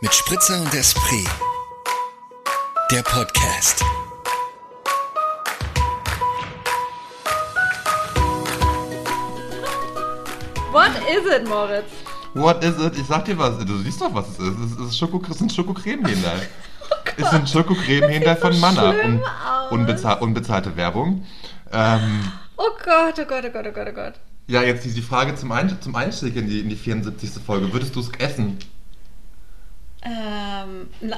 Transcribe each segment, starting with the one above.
Mit Spritzer und Esprit. Der Podcast. What is it, Moritz? What is it? Ich sag dir was. Du siehst doch, was es ist. Es ist, Schoko, es sind Schokocreme-Händler. es sind Schokocreme-Händler Das Oh sieht von so Manna. schlimm Un aus. unbezahl unbezahlte Werbung. Ähm, Oh Gott, oh Gott, oh Gott, oh Gott, oh Gott. ja, jetzt die, die Frage zum, Ein zum Einstieg in die, in die 74. Folge. Würdest du es essen? Ähm, na.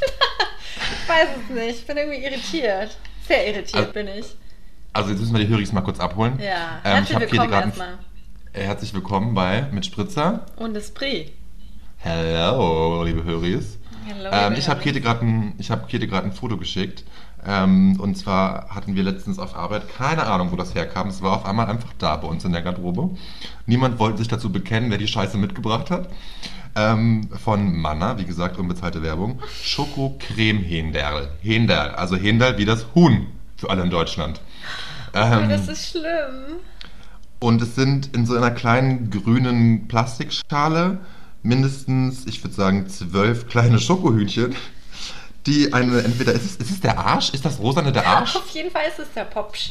ich weiß es nicht. Ich bin irgendwie irritiert. Sehr irritiert Also- bin ich. Also jetzt müssen wir die Höris mal kurz abholen. Ja. Ähm, ich Herzlich hab hier willkommen gerade einen- erstmal. Äh, Herzlich willkommen bei Mit Spritzer. Und Esprit. Hello, liebe Höris. Hallo. Ähm, liebe ich habe Hörer. Käthe gerade ein, ich hab Käthe grad ein Foto geschickt. Ähm, und zwar hatten wir letztens auf Arbeit keine Ahnung, wo das herkam. Es war auf einmal einfach da bei uns in der Garderobe. Niemand wollte sich dazu bekennen, wer die Scheiße mitgebracht hat. Ähm, von Manna, wie gesagt, unbezahlte Werbung. Schoko-Creme-Händerl. Händerl, also Händerl wie das Huhn für alle in Deutschland. Ähm, Oh, das ist schlimm. und es sind in so einer kleinen grünen Plastikschale mindestens, ich würde sagen, zwölf kleine Schokohühnchen, die eine, entweder, ist es, ist es der Arsch? Ist das Rosane der Arsch? Auf jeden Fall ist es der Popsch.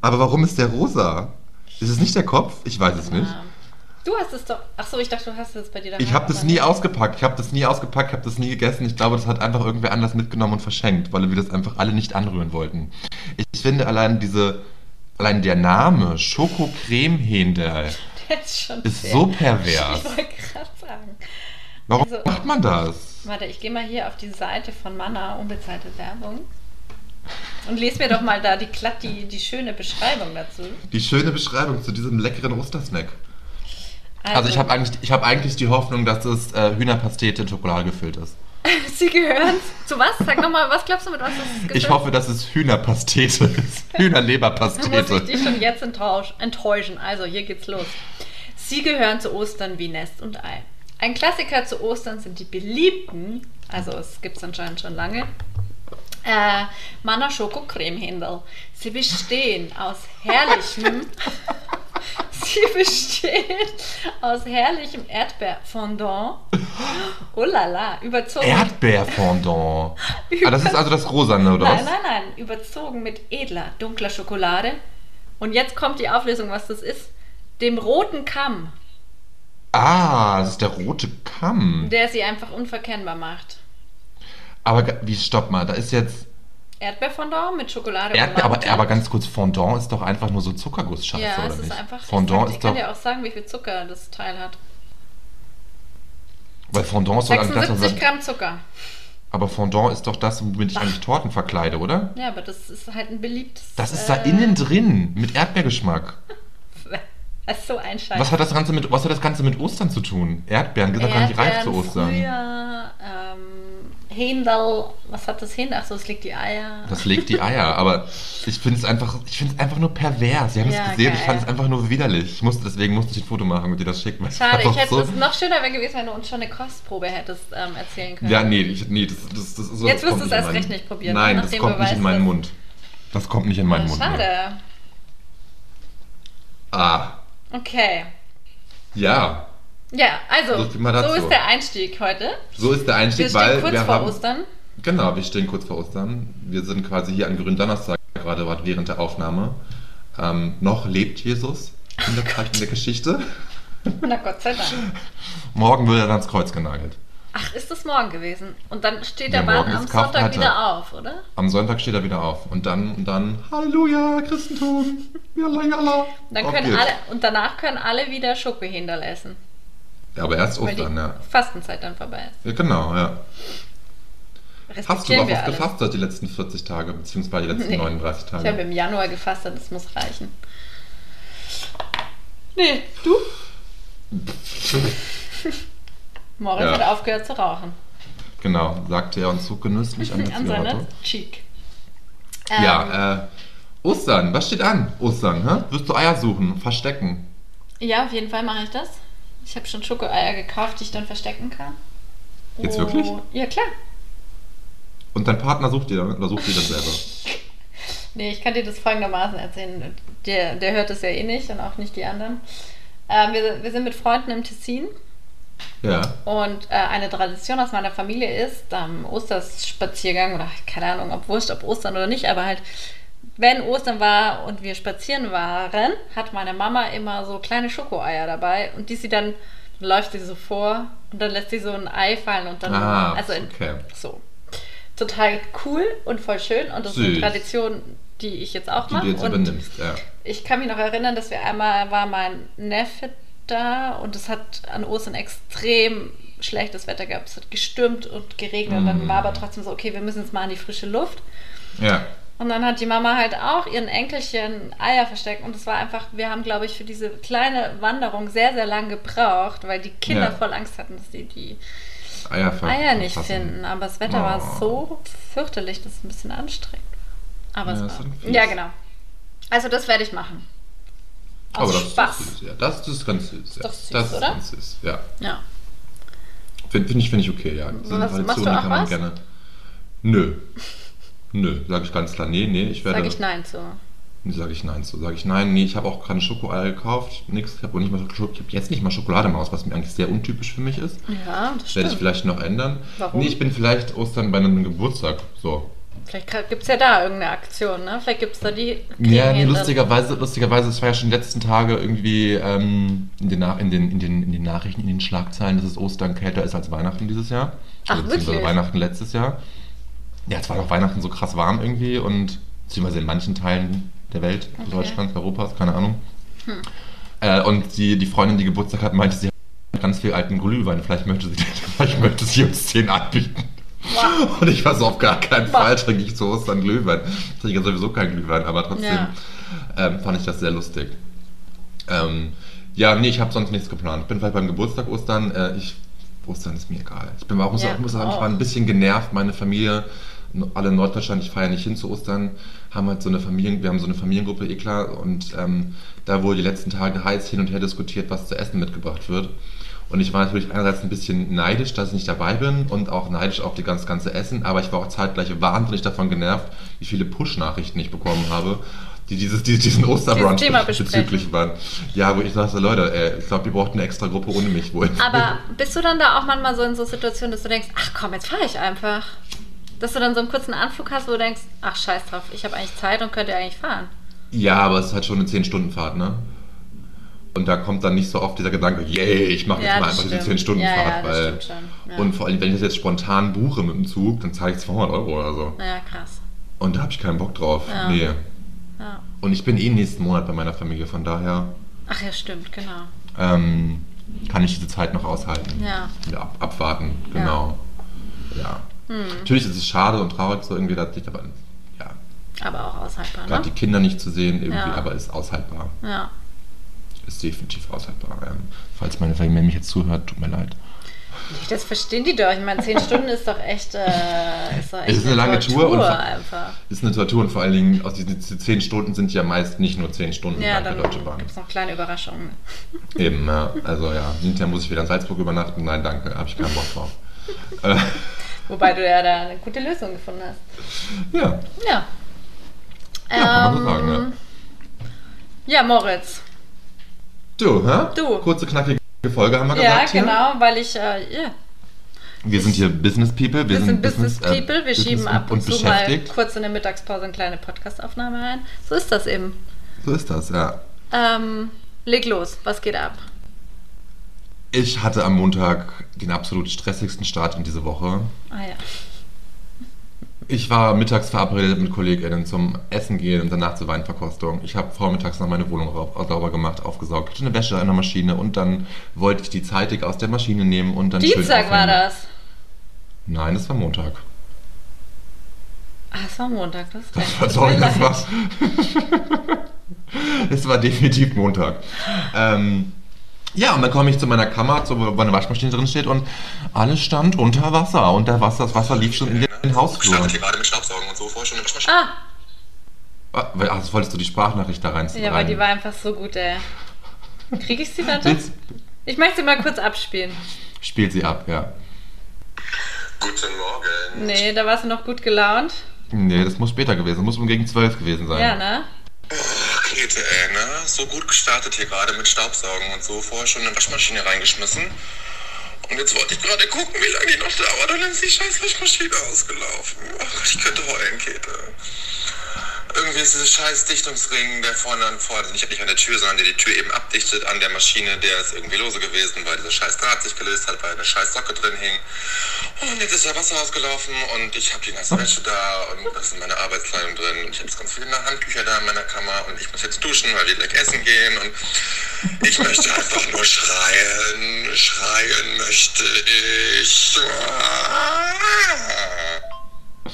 Aber warum ist der rosa? Ist es nicht der Kopf? Ich weiß es nicht. Ah. Du hast es doch. Ach so, ich dachte, du hast es bei dir daheim. Ich habe das aber nie nicht. ausgepackt, ich habe das nie ausgepackt, ich habe das nie gegessen. Ich glaube, das hat einfach irgendwer anders mitgenommen und verschenkt, weil wir das einfach alle nicht anrühren wollten. Ich finde allein diese, allein der Name Schoko-Creme-Händel Der ist schon ist sehr- so Ich pervers. wollte gerade sagen. Warum Also- macht man das? Warte, ich gehe mal hier auf die Seite von Manna, unbezahlte Werbung. Und lese mir doch mal da die, glatt, die, die schöne Beschreibung dazu. Die schöne Beschreibung zu diesem leckeren Ostersnack. Also ich habe eigentlich, ich hab eigentlich die Hoffnung, dass es äh, Hühnerpastete in Schokolade gefüllt ist. Sie gehören zu was? Sag nochmal, was glaubst du mit was das gefüllt? Ich hoffe, dass es Hühnerpastete ist. Hühnerleberpastete. Muss ich dich schon jetzt enttäusch- enttäuschen. Also, hier geht's los. Sie gehören zu Ostern wie Nest und Ei. Ein Klassiker zu Ostern sind die beliebten, also es gibt es anscheinend schon lange, äh, Manna Schoko Creme Händel. Sie bestehen aus herrlichem. Sie bestehen aus herrlichem Erdbeerfondant. Oh la la, überzogen. Erdbeerfondant. ah, das ist also das Rosane, oder Nein, was? nein, nein, überzogen mit edler, dunkler Schokolade. Und jetzt kommt die Auflösung, was das ist. Dem roten Kamm, Ah, das ist der rote Kamm. der sie einfach unverkennbar macht. Aber ga- wie, stopp mal, da ist jetzt Erdbeerfondant mit Schokolade Erdbeer, aber, Marmeladen. aber ganz kurz, Fondant ist doch einfach nur so Zuckergussscheiße, Ja, oder es ist nicht? einfach. Fondant ich ist kann doch, dir auch sagen, wie viel Zucker das Teil hat. weil Fondant ist doch eigentlich das, was, 76 Gramm Zucker. aber Fondant ist doch das, womit ich eigentlich Torten verkleide, oder? Ja, aber das ist halt ein beliebtes. Das ist da Ähm. innen drin mit Erdbeergeschmack. äh, Das ist so ein Scheiß. Was hat das Ganze mit, was hat das Ganze mit Ostern zu tun? Erdbeeren sind doch gar nicht reif zu Ostern. Früher, ähm, Händel, was hat das Händel? Achso, es liegt die Eier. Das legt die Eier, aber ich finde es einfach, ich find's einfach nur pervers. Sie haben Ja, es gesehen, geil. ich fand es einfach nur widerlich. Ich musste, deswegen musste ich ein Foto machen und dir das schicken. weil es Schade, ich einfach hätte es noch schöner wäre gewesen, wenn du uns schon eine Kostprobe hättest ähm, erzählen können. Ja, nee, ich, nee das, das, das, so Jetzt wirst kommt du es nicht in erst meinen- recht nicht probieren, ne, Nein, nach das dem kommt nicht Beweis, in meinen dass- Mund. Das kommt nicht in meinen Ah, Mund. Nee. Schade. Ah, Okay. ja. Ja, also, So viel mal dazu. so ist der Einstieg heute. So ist Wir der Einstieg, stehen weil kurz wir vor haben. Ostern. Genau, wir stehen kurz vor Ostern. Wir sind quasi hier an Gründonnerstag, gerade war während der Aufnahme. Ähm, noch lebt Jesus in Oh der, in der Geschichte. Na Gott sei Dank. Morgen wird er ans Kreuz genagelt. Ach, ist das morgen gewesen? Und dann steht Ja, der Bahn morgen ist am Sonntag Karfreitag. wieder auf, oder? Am Sonntag steht er wieder auf. Und dann, und dann, Halleluja, Christentum, jalla, jalla. Dann Auf können geht's. alle, und danach können alle wieder Schokohinderl essen. Ja, aber erst Weil die Ostern, ja. Fastenzeit dann vorbei ist. Ja, genau, ja. Hast du Respektieren wir überhaupt alles. gefastet die letzten 40 Tage, beziehungsweise die letzten Nee. 39 Ich habe Tage? im Januar gefastet, das muss reichen. Nee, du? Moritz Ja. hat aufgehört zu rauchen. Genau, sagte er und so genüsslich an der An seiner Zigarette. Cheek. Ähm, ne? Ja, äh, Ostern, was steht an? Ostern, hä? Wirst du Eier suchen, verstecken? äh. ja, auf jeden Fall mache ich das. Ich habe schon Schokoeier gekauft, die ich dann verstecken kann. Oh, Jetzt wirklich? Ja, klar. Und dein Partner sucht dir dann, oder sucht dir das selber? Nee, ich kann dir das folgendermaßen erzählen. Der, der hört es ja eh nicht und auch nicht die anderen. Ähm, wir, wir sind mit Freunden im Tessin Ja. Und äh, eine Tradition aus meiner Familie ist, am Osterspaziergang oder keine Ahnung, ob wurscht, ob Ostern oder nicht, aber halt, wenn Ostern war und wir spazieren waren, hat meine Mama immer so kleine Schokoeier dabei und die sie dann, dann läuft sie so vor und dann lässt sie so ein Ei fallen und dann. Ah, also in- okay. so. Total cool und voll schön und das ist eine Süß. Tradition, die ich jetzt auch Die mache. du jetzt und übernimmst. Ja. ich kann mich noch erinnern, dass wir einmal war mein Neffe da und es hat an Ostern extrem schlechtes Wetter gehabt. Es hat gestürmt und geregnet. Und dann Mm. war aber trotzdem so, okay, wir müssen jetzt mal in die frische Luft. ja. Und dann hat die Mama halt auch ihren Enkelchen Eier versteckt. Und es war einfach, wir haben, glaube ich, für diese kleine Wanderung sehr, sehr lang gebraucht, weil die Kinder Ja. voll Angst hatten, dass sie die Eier, ver- Eier nicht verpassen. finden. Aber das Wetter war Oh. so fürchterlich, dass es ein bisschen anstrengend war. Aber Ja, es ist war. dann fies. Ja, genau. Also, das werde ich machen. Aus Aber das Spaß. ist doch süß, ja. Das ist ganz süß. Ja. doch süß, das ist oder? ganz süß, ja. Ja. Finde find ich, find ich okay, ja. So eine Was- machst Tradition, du die auch kann man was? gerne. Nö. Nö, sage ich ganz klar. Nee, nee, ich werde. Sag ich nein zu. Nee, sage ich nein zu. Sage ich nein, nee, ich habe auch keine Schokoeier gekauft. Nix. Ich habe nicht mal Schoko- ich hab jetzt nicht mal Schokolade im Haus, was mir eigentlich sehr untypisch für mich ist. Ja, das Werde stimmt. ich vielleicht noch ändern. Warum? Nee, ich bin vielleicht Ostern bei einem Geburtstag. So. Vielleicht gibt es ja da irgendeine Aktion, ne? Vielleicht gibt es da die. Ja, nee, Kriegen wir lustigerweise, lustigerweise, es war ja schon die letzten Tage irgendwie ähm, in, den Nach in, den, in, den, in den Nachrichten, in den Schlagzeilen, dass es Ostern kälter ist als Weihnachten dieses Jahr. Ach, beziehungsweise wirklich? Weihnachten letztes Jahr. Ja, es war doch Weihnachten so krass warm irgendwie und beziehungsweise in manchen Teilen der Welt, Okay. Deutschlands, Europas, keine Ahnung. Äh, und die, die Freundin, die Geburtstag hat, meinte, sie hat ganz viel alten Glühwein. Vielleicht möchte sie, vielleicht möchte sie uns 10 anbieten. Wow. Und ich war so auf gar keinen Wow. Fall, trinke ich zu Ostern Glühwein. Ich trinke sowieso keinen Glühwein, aber trotzdem Ja. ähm, fand ich das sehr lustig. Ähm, ja, nee, ich habe sonst nichts geplant. Bin vielleicht beim Geburtstag Ostern. Äh, ich, Ostern ist mir egal. Ich bin auch, muss, Ja, auch, muss sagen, ich auch. war ein bisschen genervt. Meine Familie, alle in Norddeutschland, ich feiere nicht hin zu Ostern, haben halt so eine Familien, wir haben so eine Familiengruppe, eh klar. Und ähm, da wurde die letzten Tage heiß hin und her diskutiert, was zu essen mitgebracht wird. Und ich war natürlich einerseits ein bisschen neidisch, dass ich nicht dabei bin und auch neidisch auf die ganz ganze Essen, aber ich war auch zeitgleich wahnsinnig davon genervt, wie viele Push-Nachrichten ich bekommen habe, die dieses, die, diesen Osterbrunch Thema bezüglich waren. Ja, wo ich sagte, Leute, ey, ich glaube, ihr braucht eine extra Gruppe ohne mich wohl. Aber bist du dann da auch manchmal so in so Situationen, dass du denkst, ach komm, jetzt fahre ich einfach? Dass du dann so einen kurzen Anflug hast, wo du denkst, ach scheiß drauf, ich habe eigentlich Zeit und könnte eigentlich fahren. Ja, aber es ist halt schon eine 10-Stunden-Fahrt, ne? Und da kommt dann nicht so oft dieser Gedanke, yay, ich mache jetzt Ja, mal das einfach diese stimmt. 10-Stunden-Fahrt. Ja, ja, das weil- stimmt schon. Ja. Und vor allem, wenn ich das jetzt spontan buche mit dem Zug, dann zahle ich 200 Euro oder so. Naja, krass. Und da habe ich keinen Bock drauf. Ja. Nee. Ja. Und ich bin eh nächsten Monat bei meiner Familie, von daher Ach ja, stimmt, genau. ähm, kann ich diese Zeit noch aushalten. Ja. Ja, ab, abwarten, genau. Ja. Hm. Natürlich ist es schade und traurig so irgendwie, dass ich aber ja, Aber auch aushaltbar, gerade die ne? Kinder nicht zu sehen irgendwie, Ja. aber ist aushaltbar. Ja. Ist definitiv aushaltbar. Ähm, falls meine Familie mich jetzt zuhört, tut mir leid. Nee, Das verstehen die doch. Ich meine, 10 Stunden ist doch echt. Äh, ist doch echt Es ist eine lange Tour und- einfach. Ist eine Tortur und vor allen Dingen aus diesen 10 Stunden sind ja meist nicht nur 10 Stunden Ja, dank dann der Deutsche Bahn. gibt es noch kleine Überraschungen. Eben, ja. Also ja, hinterher muss ich wieder in Salzburg übernachten. Nein, danke, habe ich keinen Bock drauf. äh, Wobei du ja da eine gute Lösung gefunden hast. ja, Ja. Ähm, ja kann man so sagen, ja. ja, Moritz. Du, hä? Du. Kurze, knackige Folge haben wir Ja, gesagt. hier. genau, weil ich, äh, ja, Wir sind hier Business People. Wir, wir sind Business äh, People, wir Business schieben ab und, und zu mal beschäftigt. kurz in der Mittagspause eine kleine Podcastaufnahme ein. So ist das eben. So ist das, ja. Ähm, leg los, was geht ab? Ich hatte am Montag den absolut stressigsten Start in diese Woche. Ah ja. Ich war mittags verabredet mit KollegInnen zum Essen gehen und danach zur Weinverkostung. Ich habe vormittags noch meine Wohnung raub- sauber gemacht, aufgesaugt, hatte eine Wäsche in der Maschine und dann wollte ich die Zeitig aus der Maschine nehmen und dann schön Dienstag war aufhängen. das. Nein, das war Montag. Ah, es war Montag, das ist recht. Sorry, Tut mir leid. das war. Es war definitiv Montag. Ähm, ja, und dann komme ich zu meiner Kammer, zu, wo eine Waschmaschine drin steht und alles stand unter Wasser. Unter Wasser, das Wasser lief schon in den, Ne? Hausflur. Standet ihr gerade mit Staubsaugen und so vorher schon im Waschmaschine? Ah, Ah, weil- ach, das wolltest du die Sprachnachricht da rein? ja, weil rein. die war einfach so gut, ey. Krieg ich sie dann? Willst- Ich möchte sie mal kurz abspielen. Spielt sie ab, ja. Guten Morgen. Nee, da war sie noch gut gelaunt. Nee, das muss später gewesen sein. Muss um gegen 12 gewesen sein. Ja, ne? Oh, Käthe, ey, ne? So gut gestartet hier gerade mit Staubsaugen und so vorher schon in die Waschmaschine reingeschmissen. Und jetzt wollte ich gerade gucken, wie lange die noch dauert. Und dann ist die scheiß Waschmaschine ausgelaufen. Ach Gott, ich könnte heulen, Käthe. Irgendwie ist dieser scheiß Dichtungsring, der vorne an vorne, nicht, nicht an der Tür, sondern der die Tür eben abdichtet, an der Maschine, der ist irgendwie lose gewesen, weil dieser scheiß Draht sich gelöst hat, weil eine scheiß Socke drin hing. Und jetzt ist ja Wasser ausgelaufen und ich habe die ganze Hm. Wäsche da und das sind meine Arbeitskleidung drin und ich habe jetzt ganz viele Handtücher da in meiner Kammer und ich muss jetzt duschen, weil wir gleich essen gehen und ich möchte einfach nur schreien. Schreien möchte ich. Ah!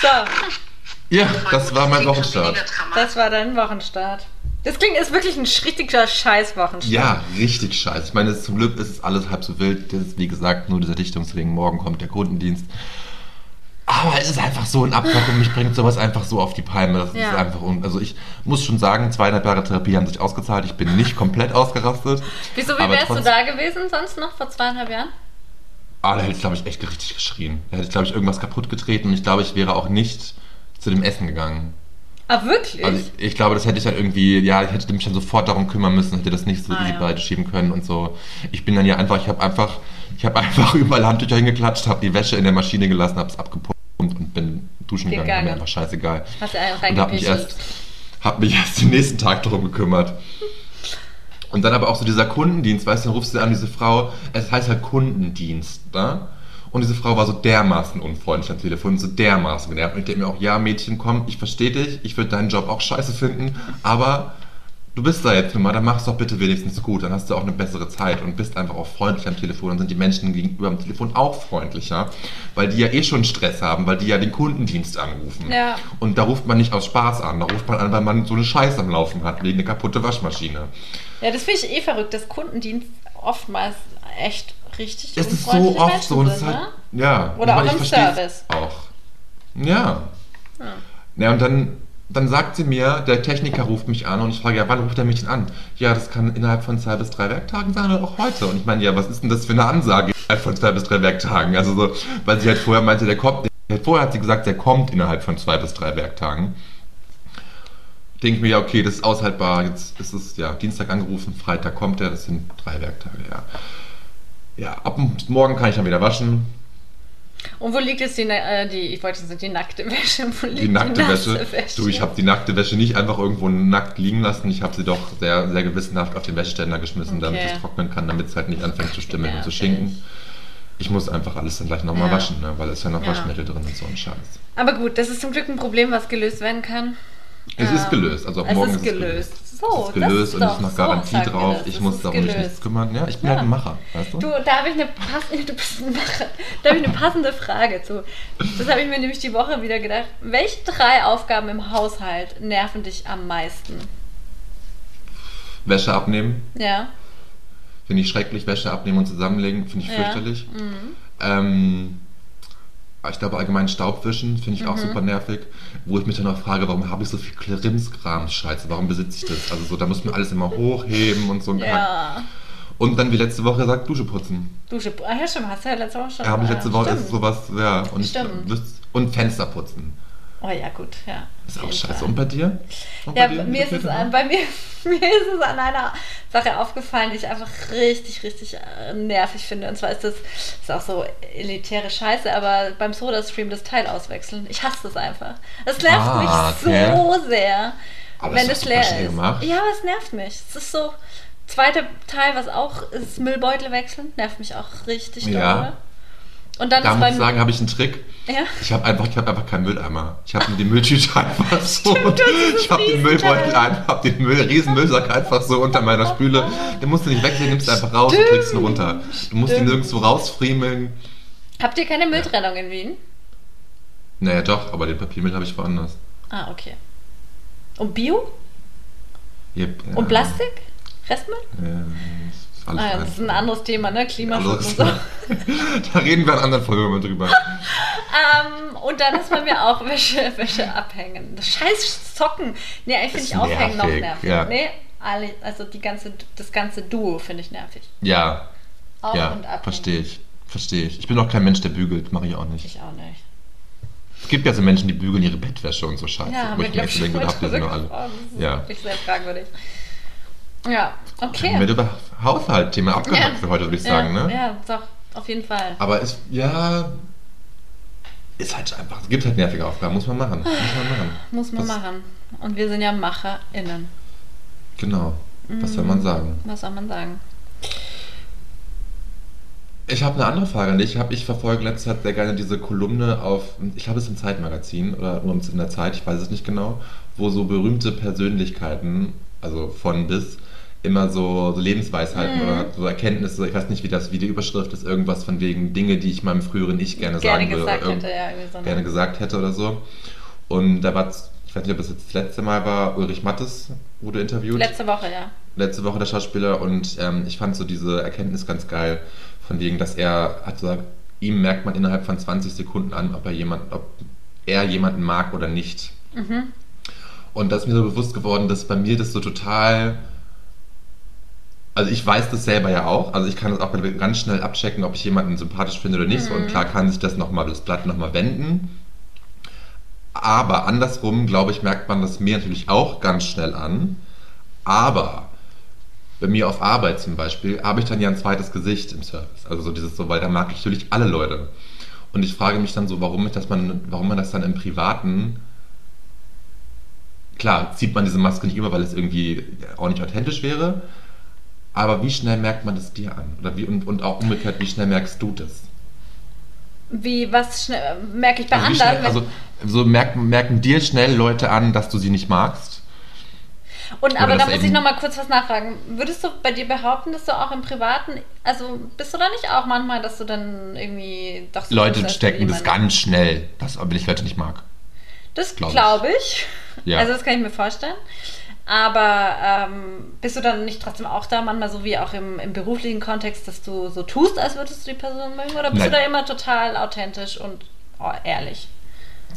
So, Ja, das war mein Wochenstart. das war dein Wochenstart. Das klingt, ist wirklich ein richtiger Scheiß-Wochenstart. Ja, richtig scheiße. Ich meine, zum Glück ist es alles halb so wild. Das ist, wie gesagt, nur dieser Dichtungsring. Morgen kommt der Kundendienst. Aber es ist einfach so ein Abfuck und mich bringt sowas einfach so auf die Palme. Das Ja. ist einfach un Also ich muss schon sagen, zweieinhalb Jahre Therapie haben sich ausgezahlt. Ich bin nicht komplett ausgerastet. Wieso, wie Aber wärst du trotz- da gewesen sonst noch vor zweieinhalb Jahren? Ah, da hätte ich, glaube ich, echt richtig geschrien. Da hätte ich, glaube ich, irgendwas kaputt getreten und ich glaube, ich wäre auch nicht zu dem Essen gegangen. Ah, wirklich? Also ich, ich glaube, das hätte ich dann irgendwie, ja, ich hätte mich dann sofort darum kümmern müssen, hätte das nicht so Ah, easy ja. beiseite schieben können und so. Ich bin dann ja einfach, ich habe einfach, ich habe einfach überall Handtücher hingeklatscht, habe die Wäsche in der Maschine gelassen, habe es abgepumpt und bin duschen gegangen. Gegangen. War mir einfach scheißegal. Hast du einen Und habe mich reingepichelt? erst, hab mich erst den nächsten Tag darum gekümmert. Und dann aber auch so dieser Kundendienst, weißt du, dann rufst du an diese Frau, es heißt halt Kundendienst, ne? Und diese Frau war so dermaßen unfreundlich am Telefon, so dermaßen genervt. Und ich denke mir auch, ja, Mädchen, komm, ich verstehe dich, ich würde deinen Job auch scheiße finden, aber du bist da jetzt nun mal, dann mach's doch bitte wenigstens gut, dann hast du auch eine bessere Zeit und bist einfach auch freundlich am Telefon, dann sind die Menschen gegenüber am Telefon auch freundlicher, weil die ja eh schon Stress haben, weil die ja den Kundendienst anrufen. Ja. Und da ruft man nicht aus Spaß an, da ruft man an, weil man so eine Scheiße am Laufen hat, wegen eine kaputte Waschmaschine. Ja, das finde ich eh verrückt, dass Kundendienst oftmals echt richtig Es ist so unfreundliche oft Menschen so. Und es sind, ist halt, ne? ja. Oder aber auch ich im versteh's Service. Hm. Auch. Ja. Ja, und dann, dann sagt sie mir, der Techniker ruft mich an und ich frage, ja, wann ruft er mich denn an? Ja, das kann innerhalb von zwei bis drei Werktagen sein oder auch heute. Und ich meine, ja, was ist denn das für eine Ansage innerhalb von zwei bis drei Werktagen? Also so, weil sie halt vorher meinte, der kommt. Halt Vorher hat sie gesagt, der kommt innerhalb von zwei bis drei Werktagen. Denke mir, ja, okay, das ist aushaltbar. Jetzt ist es ja Dienstag angerufen, Freitag kommt er, das sind drei Werktage, ja. Ja, ab morgen kann ich dann wieder waschen. Und wo liegt jetzt die, na- äh, die ich wollte jetzt die nackte Wäsche, wo liegt Die nackte nasse Wäsche. Du, ich habe die nackte Wäsche nicht einfach irgendwo nackt liegen lassen. Ich habe sie doch sehr, sehr gewissenhaft auf den Wäscheständer geschmissen, damit Okay. es trocknen kann, damit es halt nicht anfängt zu stimmen und zu Nervig. schinken. Ich muss einfach alles dann gleich nochmal Ja. waschen, ne? weil es ist ja noch Ja. Waschmittel drin und so ein Scheiß. Aber gut, das ist zum Glück ein Problem, was gelöst werden kann. Es Ja. ist gelöst, also ab Es morgen ist gelöst. Es So, ist das gelöst ist und es doch- ist noch so Garantie sagt ihr drauf. das. Ich Es muss ist darum mich gelöst. nichts kümmern. Ja, ich bin Ja. halt ein Macher, weißt du? Du, da habe ich, eine passende- du bist ein Macher. Da hab ich eine passende Frage zu. Das habe ich mir nämlich die Woche wieder gedacht. Welche drei Aufgaben im Haushalt nerven dich am meisten? Wäsche abnehmen, Ja. Finde ich schrecklich, Wäsche abnehmen und zusammenlegen, finde ich Ja. Mhm. fürchterlich. Ähm, ah, ich glaube allgemein Staubwischen finde ich auch Mhm. super nervig, wo ich mich dann auch frage, warum habe ich so viel Klirimskram-Scheiße, warum besitze ich das? Also so, da muss man alles immer hochheben und so ein Kack. Ja. Und dann wie letzte Woche gesagt, Dusche putzen. Dusche. Ah ja, stimmt. Hast du ja letzte Woche schon. Da habe ich letzte Woche Stimmt. ist sowas, ja. Und, ich, Stimmt. wüs- und Fenster putzen. Oh ja, gut. Ja. Ist Auf auch jeden scheiße. Fall. Und bei dir? Und Ja, bei bei dir? mir ist es an, bei mir, mir ist es an einer Sache aufgefallen, die ich einfach richtig, richtig äh, nervig finde. Und zwar ist das, ist auch so elitäre Scheiße, aber beim Soda-Stream das Teil auswechseln. Ich hasse das einfach. Das nervt Ah, mich okay. so sehr, Aber wenn das es hast du leer super schnell ist. gemacht. Ja, aber es nervt mich. Es ist so, zweiter Teil, was auch ist, Müllbeutel wechseln, nervt mich auch richtig Ja. doll. Und dann Da ist muss beim. ich sagen, habe ich einen Trick. ja. Ich habe einfach, ich hab einfach keinen Mülleimer. Ich habe die Mülltüte einfach so. Stimmt, du hast dieses ich habe den Müllbeutel Riesenteil. einfach, hab den Müll, riesen Müllsack einfach so unter meiner Spüle. Den musst du nicht wechseln, nimmst du einfach raus und trägst ihn runter. Du musst ihn Stimmt. nirgendwo rausfriemeln. Habt ihr keine Mülltrennung in Wien? Naja, doch, aber den Papiermüll habe ich woanders. Ah, okay. Und Bio? Yep, ja. Und Plastik? Restmüll? Ja, ist alles Ah, ja, eins. das ist ein anderes Thema, ne? Klimaschutz Alles- und so. da reden wir in anderen Folgen mal drüber. Ähm, und dann ist bei mir auch Wäsche, Wäsche abhängen. Das scheiß Socken. Nee, eigentlich finde Ist ich aufhängen noch nervig, nervig. ja. Nee, alle, also die ganze, das ganze Duo finde ich nervig. Ja, Auf ja, und ab. verstehe ich. Verstehe ich. Ich bin auch kein Mensch, der bügelt. Mache ich auch nicht. Ich auch nicht. Es gibt ja so Menschen, die bügeln ihre Bettwäsche und so Scheiße. Ja, Wo haben ich wir, mir glaube echt ich, denke, schon mal habt ihr sie drüber nur alle. gesprochen. Das ist Ja. wirklich sehr fragwürdig. Ja, Wir haben okay. mit über Haushaltthema abgehakt für heute, würde ich sagen, ja, ne? Ah, Ja, doch, auf jeden Fall. Aber es, ja, ist halt einfach, es gibt halt nervige Aufgaben, muss man machen. Muss man machen. Muss man das- machen. Und wir sind ja MacherInnen. Genau, was soll Mm. man sagen? Mhm. Was soll man sagen? Ich habe eine andere Frage an dich. Ich, hab, ich verfolge in letzter Zeit sehr gerne diese Kolumne auf, ich glaube es ist im Zeitmagazin oder nur in der Zeit, ich weiß es nicht genau, wo so berühmte Persönlichkeiten, also von bis, immer so, so Lebensweisheiten Mm. oder so Erkenntnisse, ich weiß nicht, wie das, wie die Überschrift ist, irgendwas von wegen Dinge, die ich meinem früheren Ich gerne, Gerne sagen würde. gesagt oder irgend- hätte, ja. irgendwie so eine- gerne gesagt hätte oder so. Und da war, ich weiß nicht, ob das jetzt das letzte Mal war, Ulrich Mattes wurde interviewt. Letzte Woche, ja. letzte Woche der Schauspieler und ähm, ich fand so diese Erkenntnis ganz geil, von wegen, dass er hat gesagt, ihm merkt man innerhalb von 20 Sekunden an, ob er, jemand, ob er jemanden mag oder nicht. Und das ist mir so bewusst geworden, dass bei mir das so total. Also ich weiß das selber ja auch. Also ich kann das auch ganz schnell abchecken, ob ich jemanden sympathisch finde oder nicht. So, Und klar kann sich das nochmal, das Blatt nochmal wenden. Aber andersrum, glaube ich, merkt man das mir natürlich auch ganz schnell an. Aber bei mir auf Arbeit zum Beispiel habe ich dann ja ein zweites Gesicht im Service. Also so dieses so, weil da mag ich natürlich alle Leute. Und ich frage mich dann so, warum, ich, dass man, warum man das dann im Privaten klar, zieht man diese Maske nicht über, weil es irgendwie auch nicht authentisch wäre. Aber wie schnell merkt man das dir an? Oder wie, und, und auch umgekehrt, wie schnell merkst du das? Wie, was schnell, merke ich bei wie anderen? schnell, wenn- also so merken, merken dir schnell Leute an, dass du sie nicht magst? Und Oder aber da dass muss eben- ich nochmal kurz was nachfragen. Würdest du bei dir behaupten, dass du auch im Privaten, also bist du da nicht auch manchmal, dass du dann irgendwie doch so Leute siehst, dass stecken das jemand- ganz schnell, dass, wenn ich Leute nicht mag. Das glaub glaube ich. ich. Ja. Also das kann ich mir vorstellen. Aber ähm, bist du dann nicht trotzdem auch da manchmal so wie auch im, im beruflichen Kontext, dass du so tust, als würdest du die Person mögen? Oder bist du Nein. da immer total authentisch und oh, ehrlich?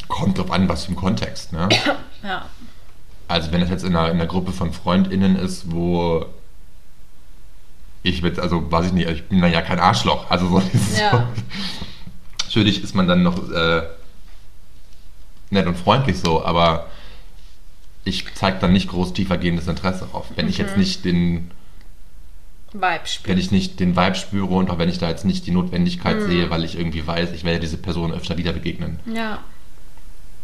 Kommt drauf an, was für ein Kontext, ne? Ja. Also wenn das jetzt in einer, in einer Gruppe von FreundInnen ist, wo ich mit, also weiß ich nicht, ich bin dann ja kein Arschloch. Also so, dieses Ja. so natürlich ist man dann noch äh, nett und freundlich so, aber ich zeige dann nicht groß tiefergehendes Interesse auf. Wenn ich jetzt nicht den, Vibe spielen. wenn ich nicht den Vibe spüre und auch wenn ich da jetzt nicht die Notwendigkeit sehe, weil ich irgendwie weiß, ich werde diese Person öfter wieder begegnen. Ja.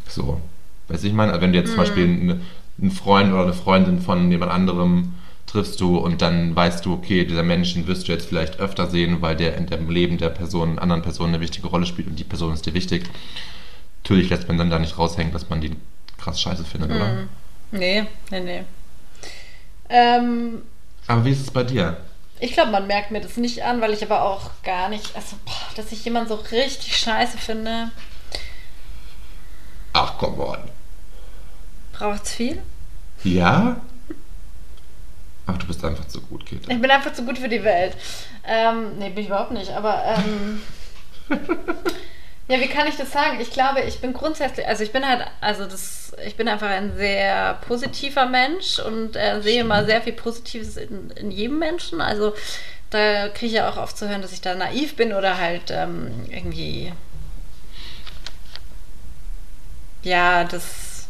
So. Weißt du, ich meine, also wenn du jetzt zum Beispiel einen, einen Freund oder eine Freundin von jemand anderem triffst du und dann weißt du, okay, dieser Menschen wirst du jetzt vielleicht öfter sehen, weil der in dem Leben der Person, anderen Person eine wichtige Rolle spielt und die Person ist dir wichtig. Natürlich lässt man dann da nicht raushängen, dass man die krass scheiße findet, oder? Mhm. Nee, nee, nee. Ähm, Aber wie ist es bei dir? Ich glaube, man merkt mir das nicht an, weil ich aber auch gar nicht, also, boah, dass ich jemanden so richtig scheiße finde, Ach, komm on. braucht's viel. Ja? Ach, du bist einfach zu gut, Käthe. Ich bin einfach zu gut für die Welt. Ähm, nee, bin ich überhaupt nicht, aber, ähm, ja, wie kann ich das sagen? Ich glaube, ich bin grundsätzlich, also ich bin halt, also das, ich bin einfach ein sehr positiver Mensch und äh, sehe immer sehr viel Positives in, in jedem Menschen, also da kriege ich ja auch oft zu hören, dass ich da naiv bin oder halt ähm, irgendwie ja, das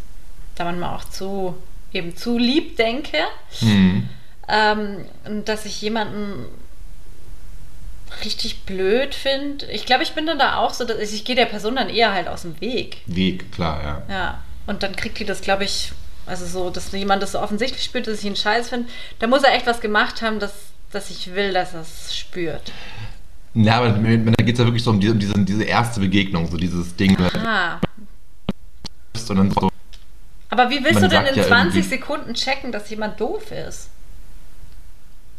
da manchmal auch zu, eben zu lieb denke, Hm. ähm, und dass ich jemanden richtig blöd finde. Ich glaube, ich bin dann da auch so, dass ich, ich gehe der Person dann eher halt aus dem Weg. Weg, klar, ja. Ja, und dann kriegt die das, glaube ich, also so, dass jemand das so offensichtlich spürt, dass ich ihn scheiß finde. Da muss er echt was gemacht haben, dass, dass ich will, dass er es spürt. Na, aber mir- mir- da geht es ja wirklich so um diese, um diese, diese erste Begegnung, so dieses Ding, wenn du Ah. triffst und dann so, Aber wie willst Man du denn sagt in ja 20 irgendwie- Sekunden checken, dass jemand doof ist?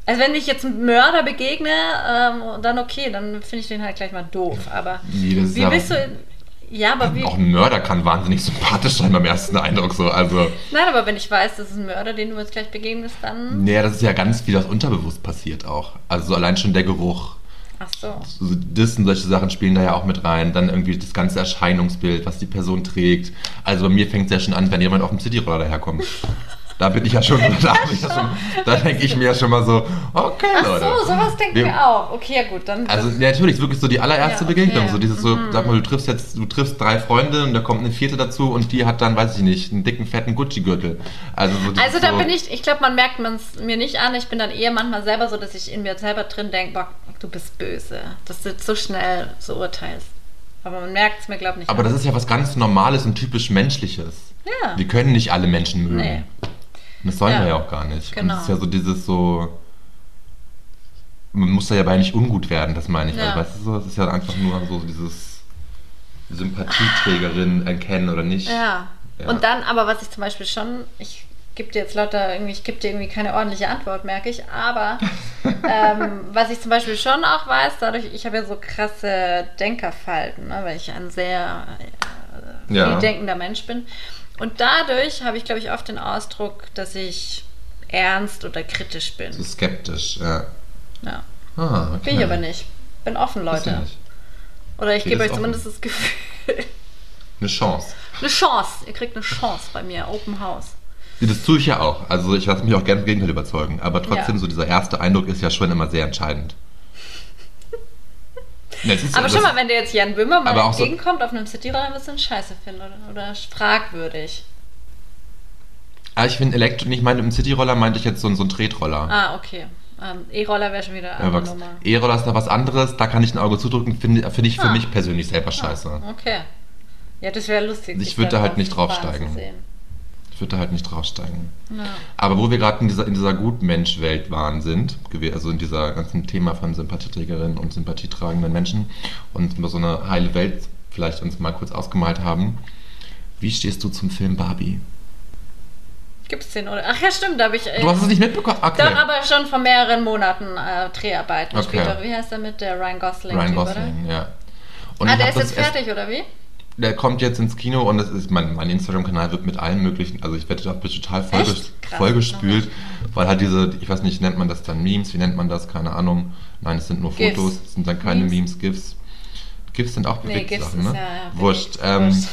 Also wenn ich jetzt einem Mörder begegne, ähm, dann okay, dann finde ich den halt gleich mal doof. Aber Nee, das ist wie ja- willst du... In, ja, aber wie... Auch ein Mörder kann wahnsinnig sympathisch sein beim ersten Eindruck. So. Also, Nein, aber wenn ich weiß, das ist ein Mörder, den du jetzt gleich begegnest, dann... naja, das ist ja ganz viel, was unterbewusst passiert auch. Also so allein schon der Geruch. Ach so. So, das und solche Sachen spielen da ja auch mit rein. Dann irgendwie das ganze Erscheinungsbild, was die Person trägt. Also bei mir fängt es ja schon an, wenn jemand auf dem Cityroller daherkommt. Da bin ich ja schon, da, hab ich ja schon, da denke ich mir ja schon mal so, okay, Ach Leute. so, sowas denken Wir- wir auch. Okay, ja gut, dann. Also ja, natürlich, ist wirklich so die allererste Ja, okay. Mhm. Begegnung. So dieses so, sag mal, du triffst jetzt, du triffst drei Freunde und da kommt eine vierte dazu und die hat dann, weiß ich nicht, einen dicken, fetten Gucci-Gürtel. Also, so dieses Also da so, bin ich, ich glaube, man merkt man's mir nicht an. Ich bin dann eher manchmal selber so, dass ich in mir selber drin denke, boah, du bist böse, dass du jetzt so schnell so urteilst. Aber man merkt es mir, glaube ich, nicht Aber an. das ist ja was ganz Normales und typisch Menschliches. Ja. Wir können nicht alle Menschen mögen. Nee. Und das sollen Ja. wir ja auch gar nicht. Und Genau. das ist ja so dieses so. Man muss da ja bei nicht ungut werden, das meine ich. Ja. Also, weißt du so, es ist ja einfach nur so dieses Sympathieträgerin erkennen oder nicht. Ja. Ja. Und dann, aber was ich zum Beispiel schon, ich gebe dir jetzt lauter irgendwie, ich gebe dir irgendwie keine ordentliche Antwort, merke ich, aber ähm, was ich zum Beispiel schon auch weiß, dadurch, ich habe ja so krasse Denkerfalten, ne, weil ich ein sehr äh, Ja. viel denkender Mensch bin. Und dadurch habe ich, glaube ich, oft den Ausdruck, dass ich ernst oder kritisch bin. So skeptisch. Ja. Ja. Ah, okay. Bin ich aber nicht. Bin offen, Weiß ich Leute. nicht. Oder ich Geht gebe es euch offen? zumindest das Gefühl. Eine Chance. eine Chance. Ihr kriegt eine Chance bei mir. Open House. Das tue ich ja auch. Also ich lasse mich auch gerne im Gegenteil überzeugen. Aber trotzdem, Ja. so dieser erste Eindruck ist ja schon immer sehr entscheidend. Ja, es ist Aber ja- schau das- mal, wenn dir jetzt Jan Böhmer mal Aber auch so- entgegenkommt auf einem Cityroller, dann wirst du ihn scheiße finden oder, oder fragwürdig. Ah, ich finde Elektro, ich meine, im Cityroller meinte ich jetzt so, einen- so einen Tretroller. Ah, okay. Ähm, E-Roller wäre schon wieder eine andere Erwachsen. Nummer. E-Roller ist da was anderes, da kann ich ein Auge zudrücken, finde finde ich für Ah. mich persönlich selber scheiße. Okay. Ja, das wäre lustig. Ich sich würde da halt auf nicht die Bahn draufsteigen. zu sehen. Ich würde da halt nicht draufsteigen. Ja. Aber wo wir gerade in dieser, in dieser Gutmensch-Welt waren sind, gewe- also in dieser ganzen Thema von Sympathieträgerinnen und sympathietragenden Menschen und über so eine heile Welt vielleicht uns mal kurz ausgemalt haben, wie stehst du zum Film Barbie? Gibt's den, oder? Ach ja, stimmt, da habe ich. äh, Du hast es nicht mitbekommen? Okay. Doch, aber schon vor mehreren Monaten äh, Dreharbeiten. Okay. Spielt doch, wie heißt der mit? Der Ryan Gosling. Ryan Typ, Gosling, ja. Und Oder? Ah, ich der hab ist jetzt das erst- fertig, oder wie? Der kommt jetzt ins Kino und das ist mein, mein Instagram-Kanal wird mit allen möglichen, also ich werde da total vollges Echt? Krass. vollgespült, weil halt diese, ich weiß nicht, nennt man das dann Memes, wie nennt man das, keine Ahnung. Nein, es sind nur GIFs. Fotos, es sind dann keine Memes, GIFs. GIFs sind auch Nee, bewegte gibt's Sachen, ist ne? ja. ja, Wurscht. bewegt. Ähm, Wurscht.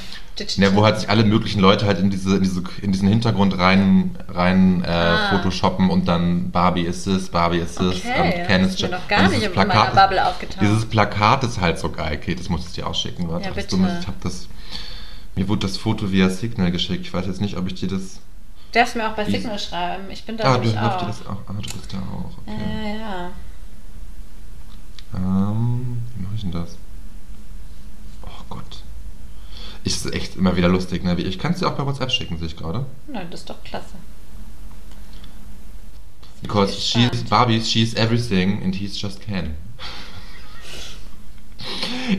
Ne, wo halt sich alle möglichen Leute halt in, diese, in, diese, in diesen Hintergrund rein, rein äh, Ah. photoshoppen und dann Barbie ist es, Barbie ist es, Okay, Ken das ist mir noch gar und nicht dieses in meiner Plakat- Bubble aufgetaucht. Dieses Plakat ist halt so geil, Kate, das musst du dir auch schicken, warte. Ja, hast du bitte. mir- ich hab das, mir wurde das Foto via Signal geschickt, ich weiß jetzt nicht, ob ich dir das... Du darfst mir auch bei Wie- Signal schreiben. Ich bin da Ah, du, nämlich habt auch. ihr das auch. ah, du bist da auch, Ja, okay. ja, ja. Äh. Ähm, wie mache ich denn das? Oh Gott. Ist echt immer wieder lustig, ne? Ich kann es dir auch bei WhatsApp schicken, sehe ich gerade. Nein, das ist doch klasse. Because Bin she's gespannt. Barbie, she's everything and he's just Ken.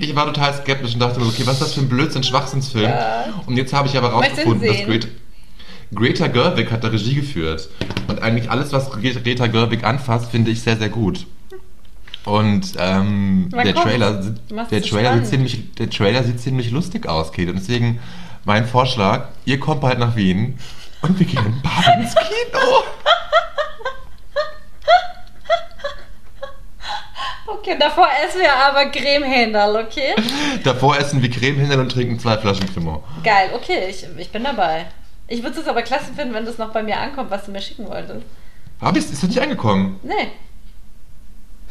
Ich war total skeptisch und dachte mir, okay, was ist das für ein Blödsinn, Schwachsinnsfilm? Und jetzt habe ich aber Möchtest du ihn rausgefunden, dass sehen? Greta, Greta Gerwig hat da Regie geführt. Und eigentlich alles, was Gre- Greta Gerwig anfasst, finde ich sehr, sehr gut. Und ähm, Na der, komm, Trailer, si- du machst der, es Trailer sieht spannend. ziemlich, der Trailer sieht ziemlich lustig aus, Kate. Und deswegen mein Vorschlag, ihr kommt bald nach Wien und wir gehen in Barbie ins Kino. Okay, davor essen wir aber Cremehändel, okay? Davor essen wir Creme hinter und trinken zwei Flaschen Cremant. Geil, okay, ich, ich bin dabei. Ich würde es aber klasse finden, wenn das noch bei mir ankommt, was du mir schicken wolltest. Hab ich's? Ist das nicht angekommen? Nee,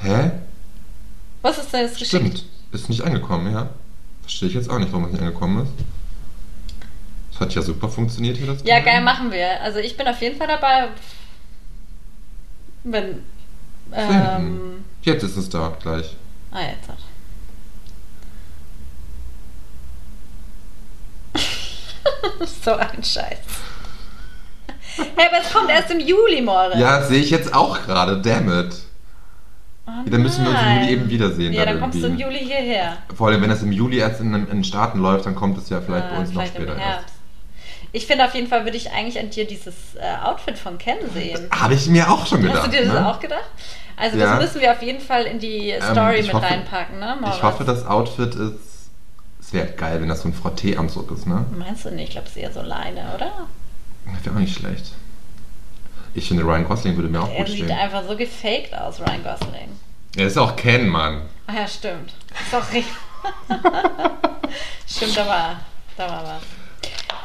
Hä? was ist denn jetzt geschickt? Stimmt. Ist nicht angekommen, ja. Verstehe ich jetzt auch nicht, warum es nicht angekommen ist. Das hat ja super funktioniert hier das Ja, Ding. geil, machen wir. Also ich bin auf jeden Fall dabei. Wenn. Ähm, Senden. Jetzt ist es da gleich. ah, jetzt hat. so ein Scheiß. Hey, aber es kommt erst im Juli, Moritz. Ja, das sehe ich jetzt auch gerade, damn it. Oh Dann müssen wir uns im nein. Juli eben wiedersehen, Ja, dann dann kommst du im irgendwie. Juli hierher. Vor allem, wenn das im Juli erst in, in den Staaten läuft, dann kommt es ja vielleicht Ah, bei uns noch vielleicht später im erst. Herbst. Ich finde auf jeden Fall, würde ich eigentlich an dir dieses äh, Outfit von Ken sehen. Habe ich mir auch schon gedacht. Hast du dir das ne? auch gedacht? Also Ja. Ähm, das müssen wir auf jeden Fall in die Story ich mit hoffe- reinpacken, ne, Moritz? Ich hoffe, das Outfit ist. Es wäre geil, wenn das so ein Frotté-Anzug ist, ne? Meinst du nicht? Ich glaube, es ist eher so Leine, oder? Das wäre auch nicht schlecht. Ich finde, Ryan Gosling würde mir auch er gut sieht stehen. einfach so gefaked aus, Ryan Gosling. Er ist auch Ken, Mann. Ah ja, stimmt. Sorry. stimmt, da war, da war was.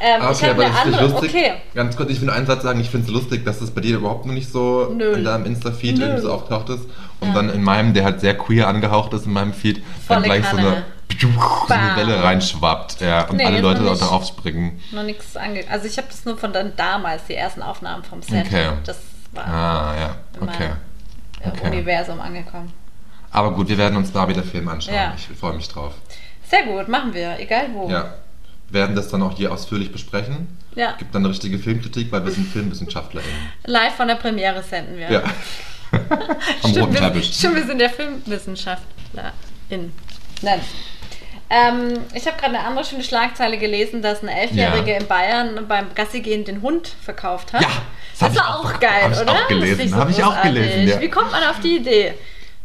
Ähm, ich Ah, Okay, habe aber eine das ist andere. lustig. Okay. Ganz kurz, ich will nur einen Satz sagen, ich finde es lustig, dass das bei dir überhaupt noch nicht so Nö. in deinem Insta-Feed Nö. irgendwie so auftaucht ist. Und Ja. dann in meinem, der halt sehr queer angehaucht ist, in meinem Feed, dann Volle gleich so eine, Kanne. so eine Bam. Welle reinschwappt. Ja, und Nee, alle jetzt Leute noch da nicht. darauf springen. Noch nichts ange. Also ich habe das nur von dann damals, die ersten Aufnahmen vom Set. Okay. Das war Ah, ja, In okay. meinem- im okay. Universum angekommen. Aber gut, wir werden uns Barbie der Film anschauen. Ja. Oh. Ich freue mich drauf. Sehr gut, machen wir, egal wo. Ja. Wir werden das dann auch hier ausführlich besprechen. Ja. Gibt dann eine richtige Filmkritik, weil wir sind FilmwissenschaftlerInnen. Live von der Premiere senden wir. Ja. Am roten Stimmt, wir, Teppich. stimmt, wir sind der Filmwissenschaftlerin. Nein. Ähm, ich habe gerade eine andere schöne Schlagzeile gelesen, dass eine Elfjährige Ja. in Bayern beim Gassigehen den Hund verkauft hat. Ja, das hab das ich war auch- auch geil, hab ich oder? auch Das finde gelesen, hab ich auch großartig. gelesen, ja. Wie kommt man auf die Idee?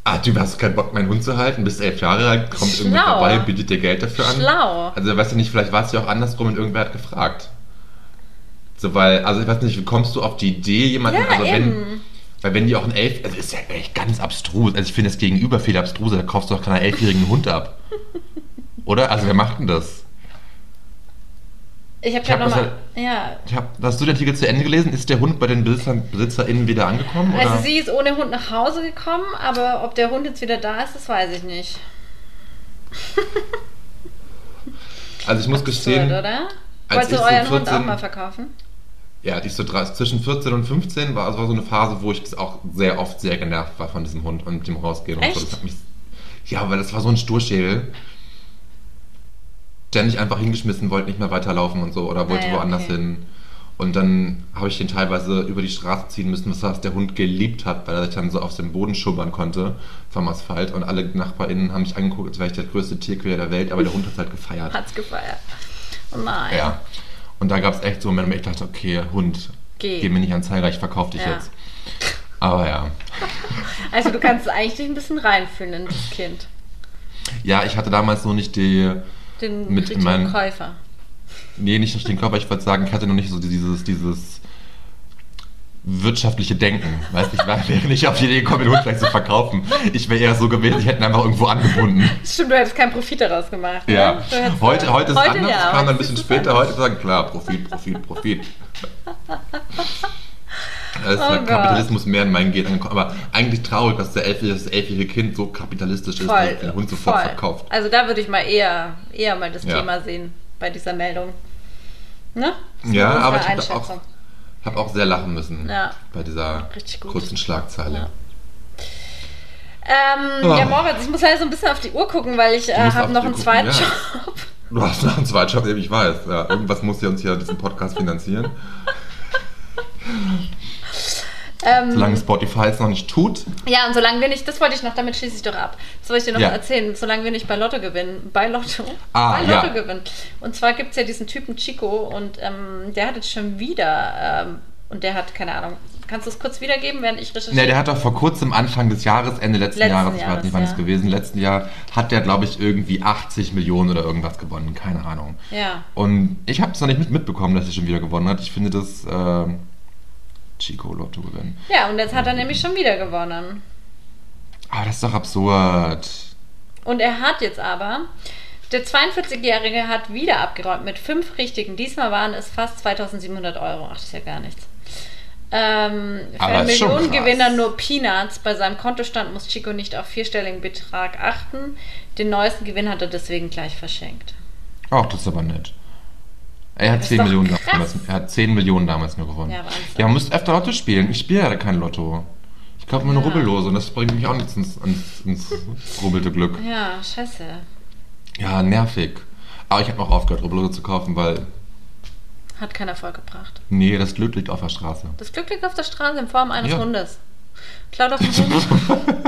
Ah, du hast keinen Bock, meinen Hund zu halten, bist elf Jahre alt, kommt Schlau. irgendwie vorbei, bietet dir Geld dafür an. Schlau. Also, weißt du nicht, vielleicht war es ja auch andersrum und irgendwer hat gefragt. So, weil, also, ich weiß nicht, wie kommst du auf die Idee, jemanden, Ja, also, wenn, eben. weil, wenn die auch ein Elf, also, ist ja echt ganz abstrus. Also, ich finde das Gegenüber viel abstruser, da kaufst du doch keinen elfjährigen Hund ab. Oder? Also, wer macht denn das? Ich habe Ich hab gerade das halt- nochmal. Ja. Ich hab, hast du den Artikel zu Ende gelesen? Ist der Hund bei den Besitzern, BesitzerInnen wieder angekommen? Oder? Also sie ist ohne Hund nach Hause gekommen, aber ob der Hund jetzt wieder da ist, das weiß ich nicht. also ich muss gestehen, Absurd, oder? als Wollt ihr ich so euren Hund 14 auch mal verkaufen? ja, ich so drei, zwischen 14 und 15 war, also war so eine Phase, wo ich auch sehr oft sehr genervt war von diesem Hund und dem Rausgehen und so. Echt? Das hat mich, ja, weil das war so ein Sturschädel, der nicht einfach hingeschmissen wollte, nicht mehr weiterlaufen und so oder wollte Ah ja, woanders okay. hin. Und dann habe ich den teilweise über die Straße ziehen müssen, was heißt, der Hund geliebt hat, weil er sich dann so auf den Boden schubbern konnte vom Asphalt. Und alle NachbarInnen haben mich angeguckt, als wäre ich der größte Tierquäler der Welt, aber der Hund hat es halt gefeiert. Hat's gefeiert. Oh nein. Ja. Und da gab es echt so Momente, wo ich dachte, okay, Hund, Geh. geh, mir nicht an Zeiger, ich verkaufe dich Ja. jetzt. Aber ja. Also du kannst eigentlich dich ein bisschen reinfühlen in das Kind. Ja, ich hatte damals noch nicht die, Den Mit richtigen meinen- Käufer. nee, nicht den Körper, ich würde sagen, ich hatte noch nicht so dieses, dieses wirtschaftliche Denken. Weißt du, ich war- wäre nicht auf die Idee gekommen, den Hund gleich zu verkaufen. Ich wäre eher so gewesen, ich hätte ihn einfach irgendwo angebunden. Stimmt, du hättest keinen Profit daraus gemacht. Ja. Ne? Du hättest- Heute, heute ist es anders, ja, das kam heute dann ein bisschen ist es später. anders. Heute sagen, klar, Profit, Profit, Profit. Das ist Oh halt Gott. Kapitalismus mehr in meinen Geht. Aber eigentlich traurig, dass der elfjährige, das elfjährige Kind so kapitalistisch ist, dass der Hund sofort voll. verkauft. Also da würde ich mal eher, eher mal das Ja. Thema sehen bei dieser Meldung. Ne? Das ist Ja, unsere aber ich hab da auch- Einschätzung. Ich habe auch sehr lachen müssen Ja. bei dieser Richtig gut. kurzen Schlagzeile. Ja. Ähm, Oh. Ja, Moritz, ich muss leider so ein bisschen auf die Uhr gucken, weil ich äh, musst auf habe die noch einen Uhr zweiten gucken, Job. Du hast noch einen Zweitjob, eben, ich weiß. Ja, irgendwas muss ja uns hier diesen Podcast finanzieren. Ähm, Solange Spotify es noch nicht tut. Ja, und solange wir nicht, das wollte ich noch, damit schließe ich doch ab. Das wollte ich dir noch Ja. erzählen, solange wir nicht bei Lotto gewinnen. Bei Lotto? Ah, bei ja. Lotto gewinnen. Und zwar gibt es ja diesen Typen Chico und ähm, der hat jetzt schon wieder, ähm, und der hat, keine Ahnung, kannst du es kurz wiedergeben, während ich recherchiere? Ne, der hat doch vor kurzem, Anfang des Jahres, Ende letzten, Letzten Jahres, ich weiß Jahres, nicht wann es ja. gewesen, letzten Jahr, hat der, glaube ich, irgendwie 80 Millionen oder irgendwas gewonnen, keine Ahnung. Ja. Und ich habe es noch nicht mit, mitbekommen, dass er schon wieder gewonnen hat. Ich finde das ähm, Chico Lotto gewinnen. Ja, und jetzt hat er nämlich schon wieder gewonnen. Aber das ist doch absurd. Und er hat jetzt aber, der 42-Jährige hat wieder abgeräumt mit fünf richtigen. Diesmal waren es fast 2700 Euro. Ach, das ist ja gar nichts. Ähm, für Aber einen ist schon Millionengewinner krass. nur Peanuts. Bei seinem Kontostand muss Chico nicht auf vierstelligen Betrag achten. Den neuesten Gewinn hat er deswegen gleich verschenkt. Ach, das ist aber nett. Er hat, ist 10 doch Millionen krass. damals, er hat 10 Millionen damals nur gewonnen. Ja, Ja, Wahnsinn. man müsste öfter Lotto spielen. Ich spiele ja kein Lotto. Ich kaufe mir eine Ja. Rubbellose und das bringt mich auch nicht ins, ins, ins rubbelte Glück. Ja, scheiße. Ja, nervig. Aber ich habe noch aufgehört, Rubbellose zu kaufen, weil, Hat keinen Erfolg gebracht. nee, das Glück liegt auf der Straße. Das Glück liegt auf der Straße in Form eines Ja. Hundes. Klaut auf den Hund.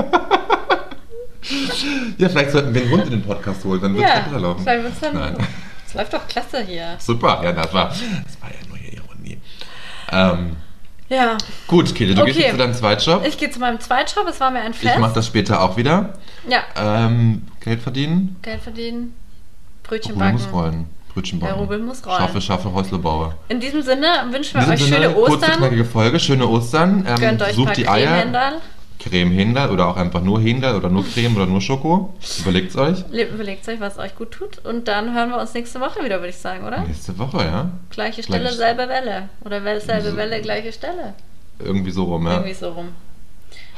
Ja, vielleicht sollten wir einen Hund in den Podcast holen, dann wird es ja, besser laufen. soll ich dann- Nein. Es läuft doch klasse hier. Super, ja, das war, das war ja nur hier Ironie. Ähm, Ja, gut, Kili, du gehst Okay. jetzt zu deinem Zweitjob. Ich, ich gehe zu meinem Zweitjob. Es war mir ein Fest. mach mache das später auch wieder. ja, Ähm, Geld verdienen, Geld verdienen, Brötchen Rubel muss backen. rollen. Brötchen backen. Der Rubel muss rollen. Schaffe, schaffe, Häuslebauer. In diesem Sinne wünschen wir In euch diesem Sinne, schöne kurze, Ostern. knackige Folge, schöne Ostern. Ähm, Gönnt euch ein paar sucht die Eier. Cremehänderl. Creme Hindal oder auch einfach nur Hindal oder nur Creme oder nur Schoko. Überlegt's euch. Überlegt euch, was euch gut tut. Und dann hören wir uns nächste Woche wieder, würde ich sagen, oder? Nächste Woche, ja? Gleiche Stelle, Gleich- selbe Welle. Oder Wel- selbe So. Welle, gleiche Stelle. Irgendwie so rum, ja. Irgendwie so rum.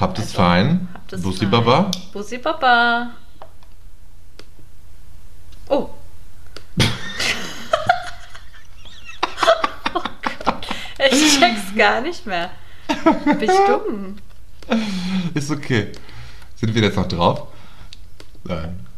Habt es Also, fein. Habt es Bussi fein. Baba. Bussi Baba. Oh. oh Gott. Ich check's gar nicht mehr. Bin ich dumm? Ist okay. Sind wir jetzt noch drauf? Nein.